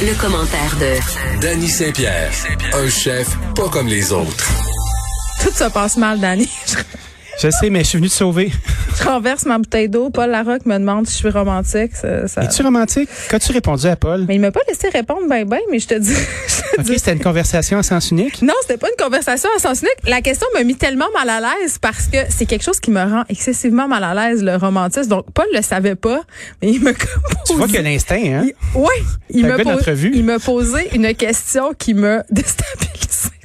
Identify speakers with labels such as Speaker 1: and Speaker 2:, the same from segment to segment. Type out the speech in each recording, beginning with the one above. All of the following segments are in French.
Speaker 1: le commentaire de
Speaker 2: Danny Saint-Pierre, un chef pas comme les autres.
Speaker 3: Tout ça passe mal, Danny.
Speaker 4: Je sais, mais je suis venu te sauver.
Speaker 3: Je renverse ma bouteille d'eau. Paul Larocque me demande si je suis romantique. Ça, ça-
Speaker 4: Es-tu romantique? Qu'as-tu répondu à Paul?
Speaker 3: Mais il m'a pas laissé répondre ben ben, mais je te dis. je te
Speaker 4: OK,
Speaker 3: dis-
Speaker 4: c'était une conversation à sens unique.
Speaker 3: Non, c'était pas une conversation à sens unique. La question m'a mis tellement mal à l'aise parce que c'est quelque chose qui me rend excessivement mal à l'aise, le romantisme. Donc, Paul le savait pas, mais il me
Speaker 4: Tu vois que l'instinct, hein?
Speaker 3: Oui, il
Speaker 4: T'as
Speaker 3: m'a
Speaker 4: le gars de
Speaker 3: posé,
Speaker 4: l'entrevue.
Speaker 3: il m'a posé une question qui m'a déstabilisée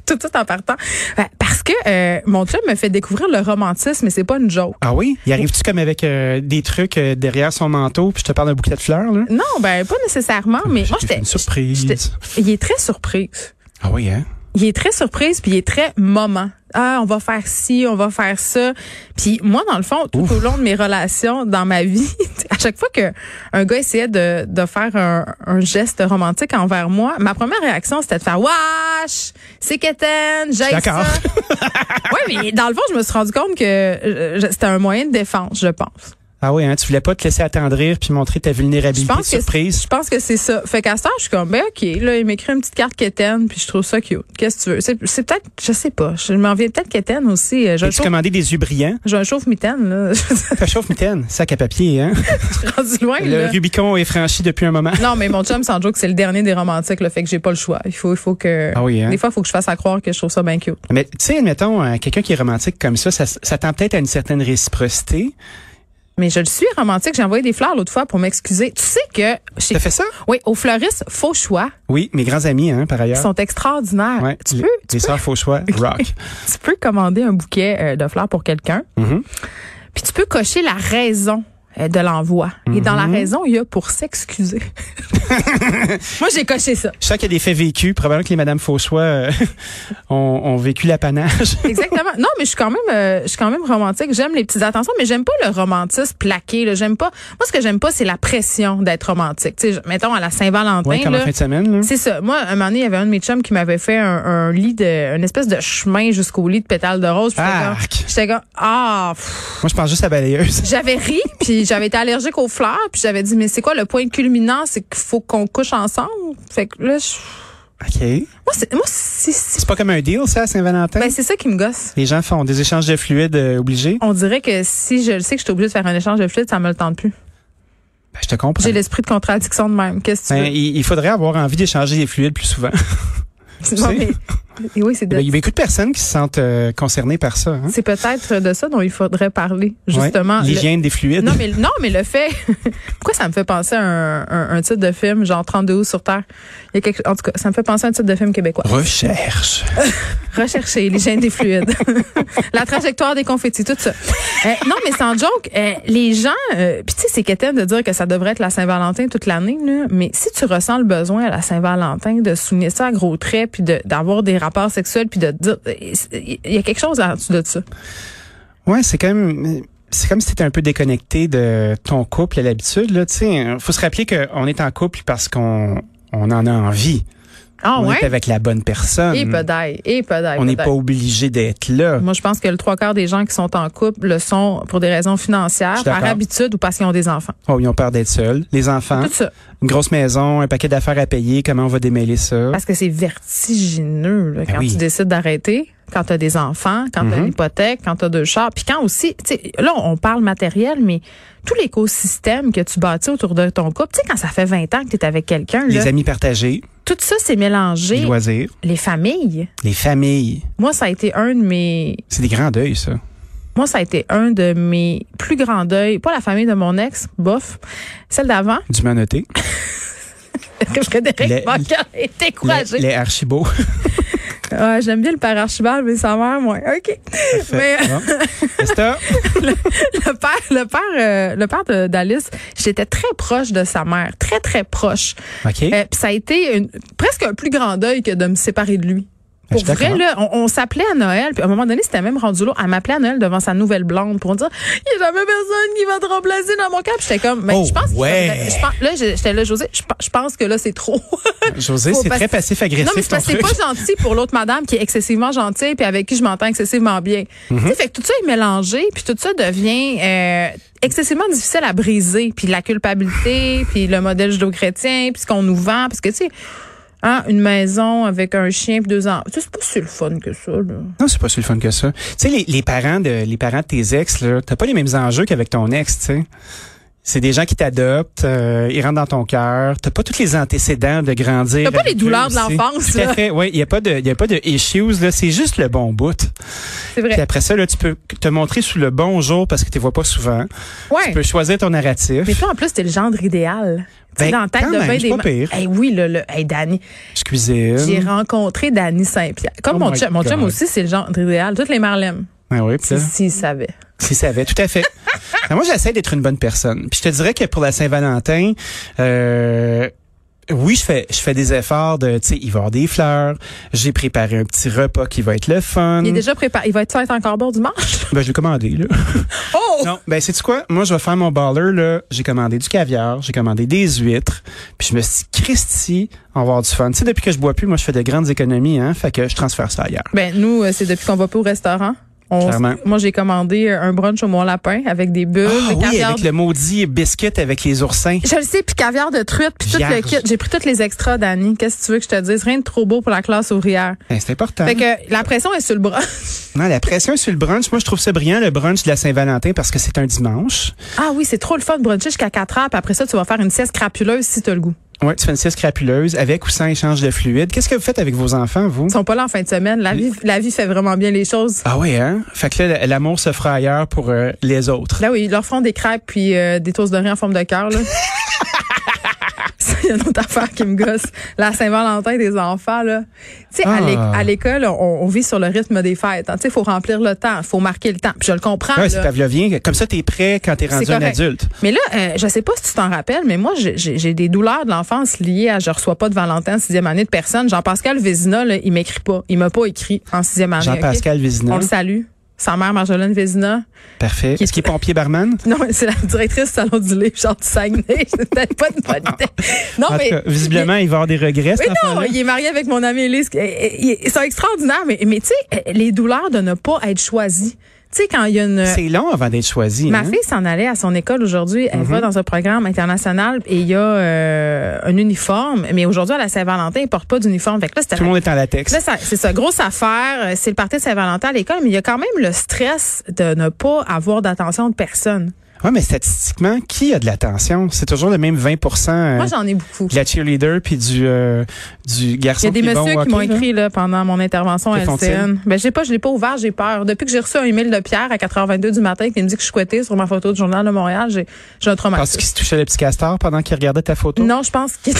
Speaker 3: tout de suite en partant. Ben, Parce que euh, mon chum me fait découvrir le romantisme, mais c'est pas une joke.
Speaker 4: Ah oui? Y arrives-tu comme avec euh, des trucs euh, derrière son manteau, puis je te parle d'un bouquet de fleurs, là?
Speaker 3: Non, ben pas nécessairement, mais moi
Speaker 4: J'ai
Speaker 3: j'étais
Speaker 4: fait une surprise.
Speaker 3: j'étais- Il est très surprise.
Speaker 4: Ah oui, hein?
Speaker 3: Il est très surprise puis il est très moment. Ah, on va faire ci, on va faire ça. Puis moi dans le fond, tout au long de mes relations dans ma vie, à chaque fois que un gars essayait de, de faire un, un geste romantique envers moi, ma première réaction c'était de faire wash, c'est quétaine, j'ai ça.
Speaker 4: D'accord.
Speaker 3: Oui, mais dans le fond, je me suis rendu compte que euh, je- c'était un moyen de défense, je pense.
Speaker 4: Ah oui, hein? Tu voulais pas te laisser attendrir puis montrer ta
Speaker 3: Je
Speaker 4: vulnérabilité de
Speaker 3: pense que
Speaker 4: surprise.
Speaker 3: je pense que c'est ça. Fait qu'à ça, je suis comme ben ok, là il m'écrit une petite carte quétaine, puis je trouve ça cute. Qu'est-ce que tu veux C'est, c'est peut-être, je sais pas, je m'en viens peut-être quétaine aussi. Euh, J'ai un
Speaker 4: As-tu
Speaker 3: chauffe,
Speaker 4: commandé des yeux brillants?
Speaker 3: j'ai un chauffe-mitaine là, je suis
Speaker 4: Fais chauffe mitaine, sac à papier, hein?
Speaker 3: rendu loin
Speaker 4: Le
Speaker 3: là.
Speaker 4: Rubicon est franchi depuis un moment.
Speaker 3: Non, mais mon chum, sans joke, c'est le dernier des romantiques, là, fait que j'ai pas le choix. Il faut, il faut que.
Speaker 4: Ah oui, hein?
Speaker 3: Des fois, il faut que je fasse à croire que je trouve ça bien cute.
Speaker 4: Mais tu sais, admettons, euh, quelqu'un qui est romantique comme ça, ça, ça tend peut-être à une certaine réciprocité.
Speaker 3: Mais je le suis romantique. J'ai envoyé des fleurs l'autre fois pour m'excuser. Tu sais que. Chez...
Speaker 4: T'as fait ça?
Speaker 3: Oui, aux fleuristes, faux choix.
Speaker 4: Oui, mes grands amis, hein, par
Speaker 3: Ils
Speaker 4: ailleurs.
Speaker 3: sont extraordinaires.
Speaker 4: Ouais,
Speaker 3: Tu
Speaker 4: les-
Speaker 3: peux, tu
Speaker 4: les
Speaker 3: peux
Speaker 4: sœurs Fauchois, rock.
Speaker 3: tu peux commander un bouquet euh, de fleurs pour quelqu'un.
Speaker 4: Mhm.
Speaker 3: Puis tu peux cocher la raison euh, de l'envoi. Et dans
Speaker 4: Mm-hmm.
Speaker 3: la raison, il y a pour s'excuser. Moi, j'ai coché ça.
Speaker 4: Je sens qu'il y a des faits vécus. Probablement que les Madame Fauchois euh, ont, ont vécu l'apanage.
Speaker 3: Exactement. Non, mais je suis quand même, euh, je suis quand même romantique. J'aime les petites attentions, mais j'aime pas le romantisme plaqué. là. J'aime pas. Moi, ce que j'aime pas, c'est la pression d'être romantique. Tu sais, je- mettons à la Saint-Valentin.
Speaker 4: Oui, comme
Speaker 3: Ben là,
Speaker 4: en fin de semaine. là.
Speaker 3: C'est ça. Moi, un moment donné, il y avait un de mes chums qui m'avait fait un, un lit de, une espèce de chemin jusqu'au lit de pétales de rose. Puis j'étais comme-
Speaker 4: Arc.
Speaker 3: J'étais comme, ah, pff.
Speaker 4: Moi, je pense juste à balayeuse.
Speaker 3: j'avais ri, puis j'avais été allergique aux fleurs, puis j'avais dit, mais c'est quoi le point culminant, c'est qu'il faut qu'on couche ensemble. Fait que là, je-
Speaker 4: OK.
Speaker 3: moi, c'est, moi, c'est, c'est-
Speaker 4: C'est pas comme un deal, ça, à Saint-Valentin?
Speaker 3: ben, c'est ça qui me gosse.
Speaker 4: les gens font des échanges de fluides euh, obligés.
Speaker 3: On dirait que si je le sais que je suis obligée de faire un échange de fluide, ça me le tente plus.
Speaker 4: Ben, je te comprends.
Speaker 3: J'ai l'esprit de contradiction de même. Qu'est-ce que tu
Speaker 4: Ben,
Speaker 3: veux?
Speaker 4: il, il faudrait avoir envie d'échanger des fluides plus souvent.
Speaker 3: Non,
Speaker 4: sais.
Speaker 3: mais- Et oui, c'est de-
Speaker 4: Ben, il y a beaucoup de personnes qui se sentent euh, concernées par ça. Hein?
Speaker 3: c'est peut-être de ça dont il faudrait parler, justement.
Speaker 4: Ouais.
Speaker 3: Le-
Speaker 4: L'hygiène des fluides.
Speaker 3: Non, mais, non, mais le fait. Pourquoi ça me fait penser à un, un, un titre de film, genre 32 août sur Terre? Il y a quelque, en tout cas, ça me fait penser à un titre de film québécois.
Speaker 4: Recherche.
Speaker 3: Rechercher l'hygiène des fluides. La trajectoire des confettis, tout ça. Euh, non, mais sans joke, euh, les gens. euh, Puis, tu sais, c'est quétaine de dire que ça devrait être la Saint-Valentin toute l'année, là. Mais si tu ressens le besoin à la Saint-Valentin de souligner ça à gros traits, puis de- d'avoir des rapports sexuels, puis de dire. euh, Il y a quelque chose en dessous de ça.
Speaker 4: Ouais, c'est quand même. C'est comme si t'étais un peu déconnecté de ton couple à l'habitude. Là, tu sais, hein, faut se rappeler qu'on est en couple parce qu'on on en a envie.
Speaker 3: Ah,
Speaker 4: on est
Speaker 3: ouais? Eh,
Speaker 4: avec la bonne personne.
Speaker 3: Et pedaille, et pedaille.
Speaker 4: on n'est
Speaker 3: pedaille.
Speaker 4: pas obligé d'être là.
Speaker 3: Moi, je pense que le trois quarts des gens qui sont en couple le sont pour des raisons
Speaker 4: Je
Speaker 3: financières,
Speaker 4: suis d'accord.
Speaker 3: par habitude ou parce qu'ils ont des enfants.
Speaker 4: Oh, ils ont peur d'être seuls. Les enfants,
Speaker 3: Tout ça.
Speaker 4: une grosse maison, un paquet d'affaires à payer. Comment on va démêler ça?
Speaker 3: Parce que c'est vertigineux là,
Speaker 4: Hein? Ben
Speaker 3: quand
Speaker 4: oui. Mm-hmm.
Speaker 3: tu décides d'arrêter, quand tu as des enfants, quand tu as une hypothèque, quand tu as deux chars. Puis quand aussi, tu sais, là, on parle matériel, mais tout l'écosystème que tu bâtis autour de ton couple, tu sais, quand ça fait 20 ans que tu es avec quelqu'un, là,
Speaker 4: Les amis partagés,
Speaker 3: tout ça, c'est
Speaker 4: les
Speaker 3: mélangé.
Speaker 4: loisirs,
Speaker 3: Les familles.
Speaker 4: les familles.
Speaker 3: Moi, ça a été un de mes
Speaker 4: C'est des grands deuils, ça.
Speaker 3: Moi, ça a été un de mes plus grands deuils. Pas la famille de mon ex, bof. Celle d'avant,
Speaker 4: Du manoté,
Speaker 3: parce que Derek
Speaker 4: Le-
Speaker 3: Bancal est
Speaker 4: les,
Speaker 3: découragé.
Speaker 4: les archibaux.
Speaker 3: Ah, J'aime bien le père Archibald, mais sa mère, moi. OK. Mais
Speaker 4: Bon. C'est ça.
Speaker 3: le père, le père, euh, le père de- d'Alice, j'étais très proche de sa mère. Très, très proche.
Speaker 4: OK.
Speaker 3: Euh, puis ça a été une- presque un plus grand deuil que de me séparer de lui.
Speaker 4: Ben, Je
Speaker 3: Pour
Speaker 4: suis d'accord.
Speaker 3: vrai, là, on, on s'appelait à Noël, puis à un moment donné, c'était même rendu là. Elle m'appelait à Noël devant sa nouvelle blonde pour me dire Il n'y a jamais personne qui va te remplacer dans mon camp. Puis j'étais comme Mais
Speaker 4: Oh,
Speaker 3: je pense que-
Speaker 4: ouais.
Speaker 3: je pense- là, j'étais là, José, je, je pense que là, c'est trop.
Speaker 4: José,
Speaker 3: Faut
Speaker 4: c'est
Speaker 3: pas-
Speaker 4: très passif-agressif.
Speaker 3: Non, mais c'est parce que
Speaker 4: ton
Speaker 3: c'est pas
Speaker 4: truc.
Speaker 3: gentil pour l'autre madame qui est excessivement gentille puis avec qui je m'entends excessivement bien.
Speaker 4: Mm-hmm.
Speaker 3: Tu sais, fait que tout ça est mélangé puis tout ça devient euh, excessivement difficile à briser puis la culpabilité puis le modèle judéo-chrétien puis ce qu'on nous vend parce que tu sais hein, une maison avec un chien puis deux enfants. Tu sais, c'est pas si le fun que ça là.
Speaker 4: Non, c'est pas si le fun que ça. Tu sais, les, les parents de les parents de tes ex, là, t'as pas les mêmes enjeux qu'avec ton ex, tu sais. C'est des gens qui t'adoptent, euh, ils rentrent dans ton cœur. T'as pas tous les antécédents de grandir.
Speaker 3: T'as pas
Speaker 4: avec
Speaker 3: les douleurs
Speaker 4: eux
Speaker 3: de
Speaker 4: aussi.
Speaker 3: l'enfance,
Speaker 4: Tout à
Speaker 3: là.
Speaker 4: fait. Oui, il y a pas de, y a pas de issues là. C'est juste le bon bout.
Speaker 3: C'est
Speaker 4: Puis
Speaker 3: vrai.
Speaker 4: après ça, là, tu peux te montrer sous le bon jour parce que tu vois pas souvent. Tu
Speaker 3: Ouais.
Speaker 4: peux choisir ton narratif.
Speaker 3: Mais toi en plus t'es le gendre idéal. Tu sais,
Speaker 4: Ben,
Speaker 3: dans la tête
Speaker 4: quand
Speaker 3: de
Speaker 4: même,
Speaker 3: bien
Speaker 4: c'est
Speaker 3: des
Speaker 4: pas
Speaker 3: ma-
Speaker 4: pire.
Speaker 3: Hey, oui là, là. Hey Danny,
Speaker 4: Je cuisine.
Speaker 3: j'ai rencontré Danny Saint-Pierre. Comme
Speaker 4: Oh
Speaker 3: mon
Speaker 4: my
Speaker 3: chum, mon chum
Speaker 4: God.
Speaker 3: aussi c'est le gendre idéal. Toutes les Marlèmes.
Speaker 4: Ah oui, puis
Speaker 3: Si,
Speaker 4: là,
Speaker 3: si, il savait.
Speaker 4: s'il savait, tout à fait. Alors, moi, j'essaie d'être une bonne personne. Puis je te dirais que pour la Saint-Valentin, euh, oui, je fais, je fais des efforts de, tu sais, il va y avoir des fleurs. J'ai préparé un petit repas qui va être le fun.
Speaker 3: Il est déjà préparé. Il va être fait encore bon dimanche.
Speaker 4: Ben, je l'ai commandé, là.
Speaker 3: Oh!
Speaker 4: Non, ben c'est tu quoi? Moi, je vais faire mon baller, là. J'ai commandé du caviar, j'ai commandé des huîtres. Puis je me suis dit, Christy, on va avoir du fun. Tu sais, depuis que je bois plus, moi, je fais de grandes économies, hein. Fait que je transfère ça ailleurs.
Speaker 3: Ben, nous, euh, c'est depuis qu'on va pas au restaurant. On-
Speaker 4: Clairement.
Speaker 3: moi, j'ai commandé euh, un brunch au Mont Lapin avec des bulles,
Speaker 4: Ah
Speaker 3: de
Speaker 4: oui,
Speaker 3: caviar.
Speaker 4: avec le maudit biscuit avec les oursins.
Speaker 3: Je le sais, puis caviar de truite, puis tout le
Speaker 4: Vierge.
Speaker 3: kit. J'ai pris tous les extras, Dani. Qu'est-ce que tu veux que je te dise? Rien de trop beau pour la classe ouvrière.
Speaker 4: Ben, c'est important.
Speaker 3: Fait que la pression est sur le bras.
Speaker 4: Non, la pression est sur le brunch. Moi, je trouve ça brillant, le brunch de la Saint-Valentin, parce que c'est un dimanche.
Speaker 3: Ah oui, c'est trop le fun de bruncher jusqu'à 4 heures, puis après ça, tu vas faire une sieste crapuleuse si t'as le goût.
Speaker 4: Ouais, tu fais une sieste crapuleuse avec ou sans échange de fluide. Qu'est-ce que vous faites avec vos enfants, vous?
Speaker 3: Ils sont pas là en fin de semaine. La vie, la vie fait vraiment bien les choses.
Speaker 4: Ah oui, hein? Fait que là, l'amour se fera ailleurs pour euh, les autres.
Speaker 3: Là, Ben oui, ils leur feront des crêpes puis euh, des toasts dorés en forme de cœur, là. Ça, Il y a une autre affaire qui me gosse. La Saint-Valentin des enfants, là. Tu sais, à
Speaker 4: Ah.
Speaker 3: l'é- à l'école, on, on vit sur le rythme des fêtes. hein. Tu sais, il faut remplir le temps, il faut marquer le temps. Puis je le comprends,
Speaker 4: Ah Ouais,
Speaker 3: là.
Speaker 4: c'est pavlovien. Comme ça, t'es prêt quand t'es rendu
Speaker 3: C'est
Speaker 4: un
Speaker 3: correct.
Speaker 4: adulte.
Speaker 3: Mais là, euh, je sais pas si tu t'en rappelles, mais moi, j'ai- j'ai j'ai des douleurs de l'enfance liées à je reçois pas de Valentin en sixième année de personne. Jean-Pascal Vézina, là, il m'écrit pas. Il m'a pas écrit en sixième année. Ah, ok?
Speaker 4: Jean-Pascal Vézina.
Speaker 3: On le salue. Sa mère, Marjolaine Vézina.
Speaker 4: Parfait.
Speaker 3: Qui-
Speaker 4: Est-ce qu'il est pompier barman?
Speaker 3: Non, mais c'est la directrice du Salon du Livre, genre du Saguenay. C'est peut-être pas une bonne idée. Non,
Speaker 4: Ah. en
Speaker 3: mais.
Speaker 4: tout cas, visiblement, il va avoir des regrets,
Speaker 3: Mais
Speaker 4: cet
Speaker 3: non,
Speaker 4: enfant-là.
Speaker 3: il est marié avec mon amie Elise. C'est extraordinaire, mais, mais tu sais, les douleurs de ne pas être choisi. Tu sais, quand il y a une.
Speaker 4: C'est long avant d'être choisi.
Speaker 3: Ma
Speaker 4: hein?
Speaker 3: fille s'en allait à son école aujourd'hui.
Speaker 4: Mm-hmm.
Speaker 3: Elle va dans un programme international et il y a euh, un uniforme. Mais aujourd'hui, à la Saint-Valentin, ils portent pas d'uniforme. Fait que là, c'était
Speaker 4: Tout le monde est en latex.
Speaker 3: Là, ça- c'est ça, grosse affaire. Euh, C'est le parti de Saint-Valentin à l'école, mais il y a quand même le stress de ne pas avoir d'attention de personne.
Speaker 4: Ouais, mais statistiquement, qui a de l'attention? C'est toujours le même 20 euh,
Speaker 3: Moi, j'en ai beaucoup.
Speaker 4: de la cheerleader puis du euh, du
Speaker 3: Il y
Speaker 4: garçon
Speaker 3: a des
Speaker 4: qui est bon
Speaker 3: messieurs
Speaker 4: au
Speaker 3: qui m'ont
Speaker 4: hockey, là.
Speaker 3: écrit là, pendant mon intervention à
Speaker 4: Que font-ils?
Speaker 3: LCN. Ben, je sais pas, je l'ai pas ouvert, j'ai peur. Depuis que j'ai reçu un email de Pierre à 4h22 du matin qui me dit que je suis couettée sur ma photo du Journal de Montréal, j'ai j'ai un
Speaker 4: Parce
Speaker 3: traumatisme.
Speaker 4: qu'il se touchait le petit castor pendant qu'il regardait ta photo.
Speaker 3: Non, je pense qu'il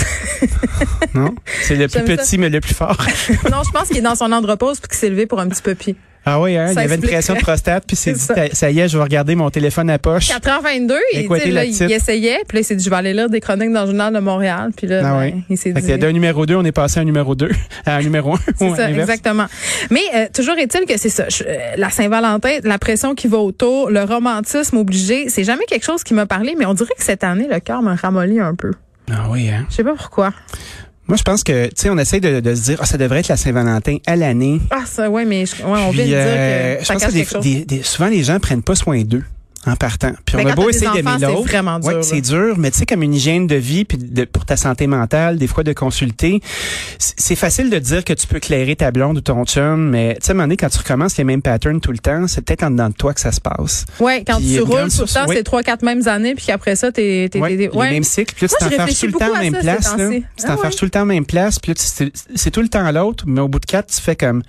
Speaker 4: Non? C'est le
Speaker 3: J'aime
Speaker 4: plus
Speaker 3: ça.
Speaker 4: petit, mais le plus fort.
Speaker 3: non, je pense qu'il est dans son andropause puis qu'il s'est levé pour un petit peu pied.
Speaker 4: Ah oui, hein? Il
Speaker 3: Ça
Speaker 4: avait une
Speaker 3: explique.
Speaker 4: pression de prostate puis c'est dit,
Speaker 3: C'est
Speaker 4: ça y est, je vais regarder mon téléphone à poche.
Speaker 3: 4h22, il, tu
Speaker 4: Écoutez
Speaker 3: sais,
Speaker 4: la
Speaker 3: là, il
Speaker 4: petite.
Speaker 3: il essayait, puis là, il s'est dit, je vais aller lire des chroniques dans le journal de Montréal, puis là,
Speaker 4: Ah
Speaker 3: ben,
Speaker 4: ouais.
Speaker 3: il s'est
Speaker 4: Fait
Speaker 3: dit.
Speaker 4: que d'un numéro 2, on est passé à un numéro 2, à un numéro 1.
Speaker 3: C'est ça, exactement. Mais euh, toujours est-il que c'est ça. Je- euh, la Saint-Valentin, la pression qui va autour, le romantisme obligé, c'est jamais quelque chose qui m'a parlé, mais on dirait que cette année, le cœur me ramollit un peu.
Speaker 4: Ah oui, hein?
Speaker 3: Je sais pas pourquoi.
Speaker 4: Moi, je pense que, tu sais, on essaie de, de se dire, ah, ça devrait être la Saint-Valentin à l'année.
Speaker 3: Ah, ça, ouais, mais je- ouais, on
Speaker 4: Puis,
Speaker 3: vient de
Speaker 4: euh,
Speaker 3: dire que
Speaker 4: je
Speaker 3: ça
Speaker 4: pense
Speaker 3: cache
Speaker 4: que des-
Speaker 3: quelque chose.
Speaker 4: des- des- souvent, les gens prennent pas soin d'eux en partant. Puis
Speaker 3: Mais
Speaker 4: on a
Speaker 3: quand
Speaker 4: beau
Speaker 3: t'as des
Speaker 4: essayer d'aimer
Speaker 3: enfants, c'est
Speaker 4: l'autre.
Speaker 3: vraiment dur,
Speaker 4: Ouais,
Speaker 3: là.
Speaker 4: c'est dur, mais tu sais, comme une hygiène de vie, puis de- pour ta santé mentale, des fois de consulter. C- C'est facile de dire que tu peux éclairer ta blonde ou ton chum, mais tu sais, à un moment donné, quand tu recommences les mêmes patterns tout le temps, c'est peut-être en dedans de toi que ça se passe.
Speaker 3: Ouais, quand
Speaker 4: Puis euh, il
Speaker 3: tu
Speaker 4: y a une
Speaker 3: roules
Speaker 4: grande
Speaker 3: tout le
Speaker 4: source-
Speaker 3: temps,
Speaker 4: oui.
Speaker 3: c'est trois, quatre mêmes années, puis après ça, t'es, t'es,
Speaker 4: Ouais,
Speaker 3: t'es-
Speaker 4: les mêmes cycles. Puis là,
Speaker 3: Moi,
Speaker 4: tu
Speaker 3: je
Speaker 4: t'en
Speaker 3: réfléchis
Speaker 4: tout le
Speaker 3: beaucoup
Speaker 4: temps
Speaker 3: à
Speaker 4: à même
Speaker 3: ça ces
Speaker 4: place. là.
Speaker 3: temps-ci.
Speaker 4: Tu t'en
Speaker 3: Ah ouais.
Speaker 4: fâches tout le temps à même place. Puis là, tu- c'est c'est tout le temps l'autre, mais au bout de quatre, tu fais comme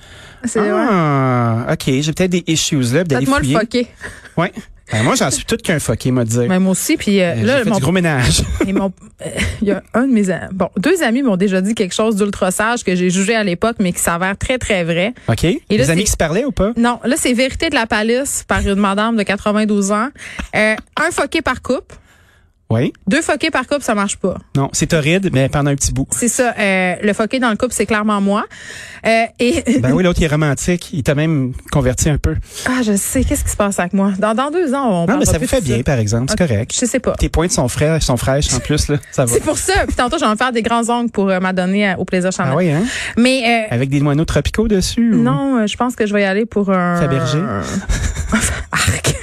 Speaker 3: c'est, ouais.
Speaker 4: ah, ok, j'ai peut-être des issues là, puis d'aller
Speaker 3: Faites-moi le
Speaker 4: fouiller.
Speaker 3: foquer.
Speaker 4: Ouais. Ben, moi, j'en suis tout qu'un fucké, m'a dit.
Speaker 3: Même aussi, puis euh,
Speaker 4: J'ai
Speaker 3: là,
Speaker 4: fait
Speaker 3: mon
Speaker 4: du gros ménage.
Speaker 3: Et mon- il y a un de mes am- bon, deux amis m'ont déjà dit quelque chose d'ultra sage que j'ai jugé à l'époque, mais qui s'avère très très vrai.
Speaker 4: OK?
Speaker 3: là,
Speaker 4: les
Speaker 3: c'est-
Speaker 4: amis qui se parlaient ou pas?
Speaker 3: Non, là c'est vérité de la palisse par une madame de 92 ans. Euh, un foqué par couple.
Speaker 4: Oui.
Speaker 3: Deux foquets par couple, ça marche pas.
Speaker 4: Non, c'est torride, mais pendant un petit bout.
Speaker 3: C'est ça. euh, le foquet dans le couple, c'est clairement moi. Euh, et
Speaker 4: Ben oui, l'autre, il est romantique. Il t'a même converti un peu.
Speaker 3: ah, je sais, qu'est-ce qui se passe avec moi Dans, dans deux ans, on
Speaker 4: Non,
Speaker 3: parlera
Speaker 4: mais ça vous
Speaker 3: plus
Speaker 4: fait
Speaker 3: de
Speaker 4: bien, par exemple. C'est
Speaker 3: Ok,
Speaker 4: correct.
Speaker 3: Je sais pas.
Speaker 4: Tes pointes sont fraîches, sont fraîches en plus, là. Ça va.
Speaker 3: C'est pour ça. Puis tantôt, je vais me faire des grands ongles pour euh, m'adonner à- au plaisir Chanel.
Speaker 4: Ah oui, hein?
Speaker 3: Mais euh,
Speaker 4: Avec des moineaux tropicaux dessus? ou-
Speaker 3: non, euh, je pense que je vais y aller pour un.
Speaker 4: Fabergé?
Speaker 3: Arc.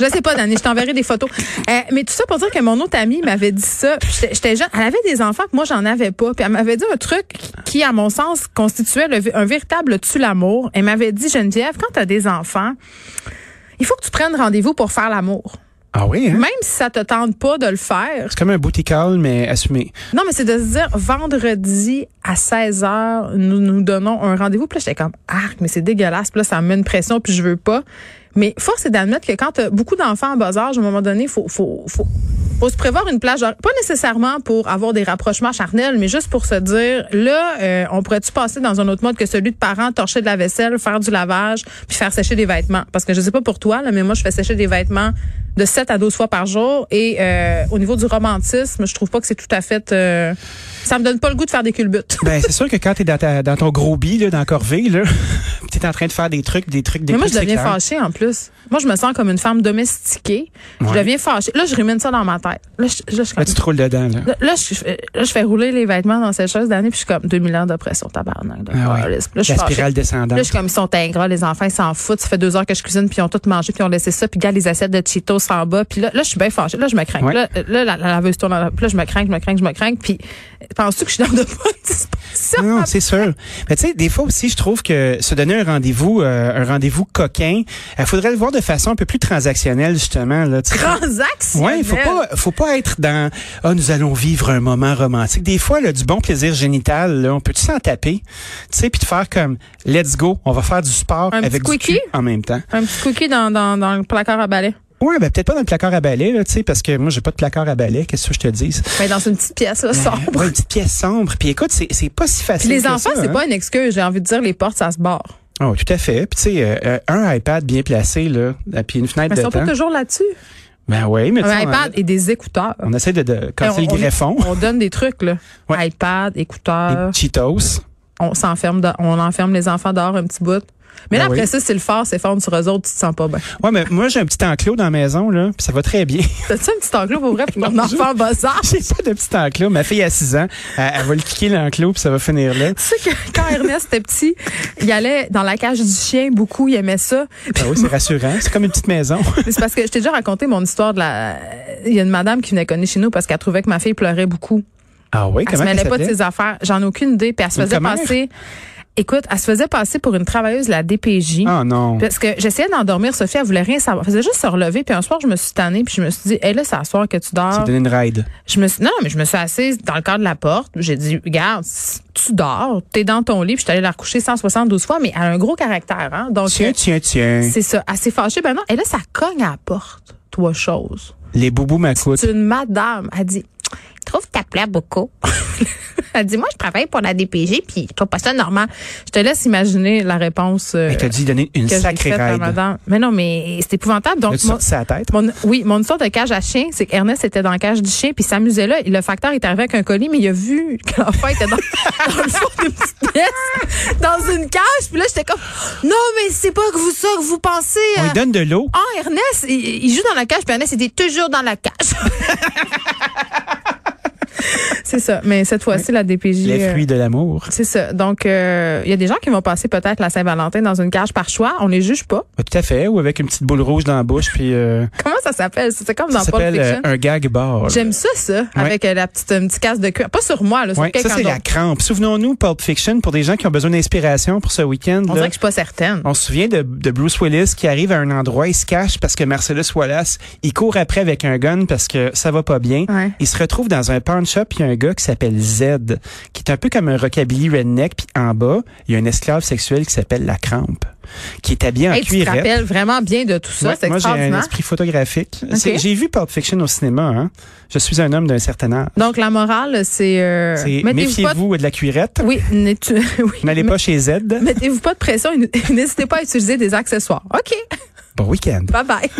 Speaker 3: Je sais pas, Dani, je t'enverrai des photos. Euh, mais tout ça pour dire que mon autre amie m'avait dit ça. Puis J'étais j'étais jeune. Elle avait des enfants que moi, j'en avais pas. Puis elle m'avait dit un truc qui, à mon sens, constituait le vi- un véritable tue-l'amour. Elle m'avait dit, Geneviève, quand t'as des enfants, il faut que tu prennes rendez-vous pour faire l'amour.
Speaker 4: Ah oui, hein?
Speaker 3: Même si ça te tente pas de le faire,
Speaker 4: C'est comme un boutical, mais assumé.
Speaker 3: non, mais c'est de se dire vendredi à 16h, nous nous donnons un rendez-vous. Puis là, j'étais comme arc, mais c'est dégueulasse. Puis là, ça me met une pression, puis je veux pas. Mais force est d'admettre que quand t'as beaucoup d'enfants en bas âge, à un moment donné, faut faut faut faut se prévoir une plage horaire. pas nécessairement pour avoir des rapprochements charnels, mais juste pour se dire là, euh, on pourrait-tu passer dans un autre mode que celui de parents torcher de la vaisselle, faire du lavage, puis faire sécher des vêtements parce que je sais pas pour toi là, mais moi je fais sécher des vêtements de 7 à 12 fois par jour. Et euh, au niveau du romantisme, je trouve pas que c'est tout à fait... euh, ça me donne pas le goût de faire des culbutes.
Speaker 4: Ben, c'est sûr que quand t'es dans, ta- dans ton gros bi, là, dans la corvée, là, pis t'es en train de faire des trucs, des trucs, des
Speaker 3: Mais moi,
Speaker 4: trucs.
Speaker 3: je deviens
Speaker 4: c'est clair.
Speaker 3: fâchée en plus. Moi, je me sens comme une femme domestiquée. Je
Speaker 4: Ouais.
Speaker 3: deviens fâchée. Là, je rumine ça dans ma tête. Là, je, là, je, suis
Speaker 4: Là,
Speaker 3: comme-
Speaker 4: tu te roules dedans, là.
Speaker 3: là, là, je, là, je fais rouler les vêtements dans cette chose d'année, puis je suis comme 2000 ans d'oppression, tabarnak. de
Speaker 4: Ah ouais.
Speaker 3: calice. Puis Là, je suis
Speaker 4: La
Speaker 3: fâchée.
Speaker 4: spirale descendante.
Speaker 3: Là, je suis comme, ils sont ingrats, les enfants, ils s'en foutent. Ça fait deux heures que je cuisine, puis ils ont tout mangé, puis ils ont laissé ça, puis gars, les assiettes de Cheetos en bas. Puis là, là je suis bien fâchée. Là, je me crains.
Speaker 4: Ouais.
Speaker 3: Là, euh, là, la, la laveuse tourne. en- Puis là, je me crains, je me crains, je me crains. Puis, euh, penses-tu que je suis dans de bonnes dispositions?
Speaker 4: Non, c'est sûr. Mais tu sais, des fois aussi, je trouve que se donner un rendez-vous, euh, un rendez-vous coquin, il faudrait le voir de façon un peu plus transactionnelle justement. Là, tu sais.
Speaker 3: Transaction.
Speaker 4: Ouais, faut pas, faut pas être dans ah nous allons vivre un moment romantique. Des fois, là, du bon plaisir génital, là, on peut s'en taper, tu sais, puis de faire comme let's go, on va faire du sport
Speaker 3: Un petit
Speaker 4: avec du
Speaker 3: quickie?
Speaker 4: cul en même temps.
Speaker 3: Un petit cookie dans, dans, dans le placard à balai.
Speaker 4: Ouais, ben peut-être pas dans le placard à balai, là, tu sais, parce que moi j'ai pas de placard à balai. Qu'est-ce que je te dis
Speaker 3: Mais Ben, dans une petite pièce, là, sombre.
Speaker 4: Ouais, une petite pièce sombre. Puis écoute, c'est c'est pas si
Speaker 3: Puis
Speaker 4: facile.
Speaker 3: les
Speaker 4: que
Speaker 3: enfants,
Speaker 4: ça,
Speaker 3: c'est
Speaker 4: hein.
Speaker 3: pas une excuse. J'ai envie de dire, les portes, ça se barre.
Speaker 4: Oh, tout à fait. Puis tu sais, euh, euh, un iPad bien placé là, euh, puis une fenêtre
Speaker 3: Mais ils
Speaker 4: de
Speaker 3: sont pas
Speaker 4: temps.
Speaker 3: toujours là-dessus.
Speaker 4: Ben oui, mais tu
Speaker 3: Un
Speaker 4: sais, on-
Speaker 3: iPad et des écouteurs.
Speaker 4: On, essaie de, de casser
Speaker 3: Et on-
Speaker 4: le greffon,
Speaker 3: On donne des trucs, là.
Speaker 4: Ouais.
Speaker 3: iPad,
Speaker 4: les
Speaker 3: écouteurs.
Speaker 4: Cheetos.
Speaker 3: On s'enferme, dans- on enferme les enfants dehors un petit bout. Mais là,
Speaker 4: Ben
Speaker 3: après
Speaker 4: oui.
Speaker 3: ça, c'est le fort, c'est fort sur eux autres, tu te sens pas bien.
Speaker 4: Ouais, mais moi j'ai un petit enclos dans la maison là, puis ça va très bien.
Speaker 3: T'as-tu un petit enclos pour vrai pour mon
Speaker 4: Non,
Speaker 3: enfant bas âge?
Speaker 4: J'ai pas de petit enclos. Ma fille a 6 ans, elle, elle va le kicker l'enclos puis ça va finir là.
Speaker 3: Tu sais que quand Ernest était petit, il allait dans la cage du chien beaucoup, il aimait ça.
Speaker 4: Ben oui, c'est rassurant. C'est comme une petite maison.
Speaker 3: Mais C'est parce que je t'ai déjà raconté mon histoire de la. Il y a une madame qui venait connaître chez nous parce qu'elle trouvait que ma fille pleurait beaucoup.
Speaker 4: Ah oui,
Speaker 3: Elle se
Speaker 4: comment
Speaker 3: mêlait
Speaker 4: ça
Speaker 3: pas de ses affaires. J'en ai aucune idée. Puis elle se
Speaker 4: Une
Speaker 3: faisait
Speaker 4: commère?
Speaker 3: passer. Écoute, elle se faisait passer pour une travailleuse de la DPJ.
Speaker 4: Ah non.
Speaker 3: Parce que j'essayais d'endormir Sophie, elle voulait rien savoir. Elle faisait juste se relever. Puis un soir, je me suis tannée. Puis je me suis dit, hé là, c'est à soir que tu
Speaker 4: Ça
Speaker 3: dors.
Speaker 4: donne une ride.
Speaker 3: Je me suis, non, mais je me suis assise dans le cadre de la porte. J'ai dit, regarde, si tu dors, t'es dans ton lit. Puis je suis allée la recoucher 172 fois. Mais elle a un gros caractère. Hein? Donc,
Speaker 4: Tiens,
Speaker 3: euh,
Speaker 4: tiens, tiens.
Speaker 3: c'est ça. Elle s'est fâchée. Ben non, et là, ça cogne à la porte. Trois choses.
Speaker 4: Les boubous m'accoutent.
Speaker 3: C'est une madame. Elle dit, trouve ta plaie beaucoup. Elle dit, moi, je travaille pour la DPJ, puis je trouve pas ça normal. Je te laisse imaginer la réponse euh,
Speaker 4: Elle t'a dit donner une
Speaker 3: que j'ai
Speaker 4: sacrée
Speaker 3: faite à
Speaker 4: ride.
Speaker 3: madame. Mais non, mais c'est épouvantable. Donc,
Speaker 4: As-tu
Speaker 3: mon-
Speaker 4: sorti sa tête?
Speaker 3: mon- oui, mon histoire de cage à chien, c'est qu'Ernest était dans la cage du chien, puis il s'amusait là. Et le facteur est arrivé avec un colis, mais il a vu que l'enfant était dans, dans le fond d'une petite pièce, dans une cage. Puis là, j'étais comme, non, mais c'est pas que vous ça que vous pensez.
Speaker 4: On
Speaker 3: euh,
Speaker 4: lui donne de l'eau.
Speaker 3: ah, Ernest, il, il joue dans la cage, puis Ernest était toujours dans la cage. c'est ça. Mais cette fois-ci, la DPJ.
Speaker 4: Les
Speaker 3: euh,
Speaker 4: fruits de l'amour.
Speaker 3: c'est ça. Donc, euh, il y a des gens qui vont passer peut-être la Saint-Valentin dans une cage par choix. On les juge pas.
Speaker 4: Ah, Tout à fait, ou avec une petite boule rouge dans la bouche, puis euh,
Speaker 3: Comment ça s'appelle? C'est comme
Speaker 4: ça
Speaker 3: dans Pulp
Speaker 4: s'appelle euh,
Speaker 3: Fiction.
Speaker 4: un gag bar.
Speaker 3: J'aime ça, ça, avec euh, la petite, un petit casse de cuir. Pas sur moi, là, sur
Speaker 4: Ouais, ça,
Speaker 3: quelqu'un
Speaker 4: c'est la
Speaker 3: d'autre.
Speaker 4: crampe. Souvenons-nous, Pulp Fiction, pour des gens qui ont besoin d'inspiration pour ce week-end.
Speaker 3: On
Speaker 4: là,
Speaker 3: dirait que je suis pas certaine.
Speaker 4: On se souvient de, de Bruce Willis qui arrive à un endroit, il se cache parce que Marcellus Wallace, il court après avec un gun parce que ça va pas bien.
Speaker 3: Ouais.
Speaker 4: Il se retrouve dans un pawn shop, il y a un gars qui s'appelle Z, qui est un peu comme un rockabilly redneck, puis en bas, il y a un esclave sexuel qui s'appelle la crampe, qui est habillé en
Speaker 3: Hey, tu te
Speaker 4: cuirette.
Speaker 3: rappelles vraiment bien de tout ça.
Speaker 4: Ouais,
Speaker 3: c'est
Speaker 4: moi, j'ai un
Speaker 3: extraordinaire.
Speaker 4: esprit photographique. C'est- J'ai vu Pulp Fiction au cinéma. Hein. Je suis un homme d'un certain âge.
Speaker 3: Donc, la morale, c'est... euh, mettez-vous
Speaker 4: C'est
Speaker 3: pas de-
Speaker 4: méfiez-vous de la cuirette.
Speaker 3: Oui, n'es-tu- oui.
Speaker 4: N'allez pas chez Z.
Speaker 3: Mettez-vous pas de pression et n'hésitez pas à utiliser des accessoires. OK.
Speaker 4: Bon week-end.
Speaker 3: Bye bye.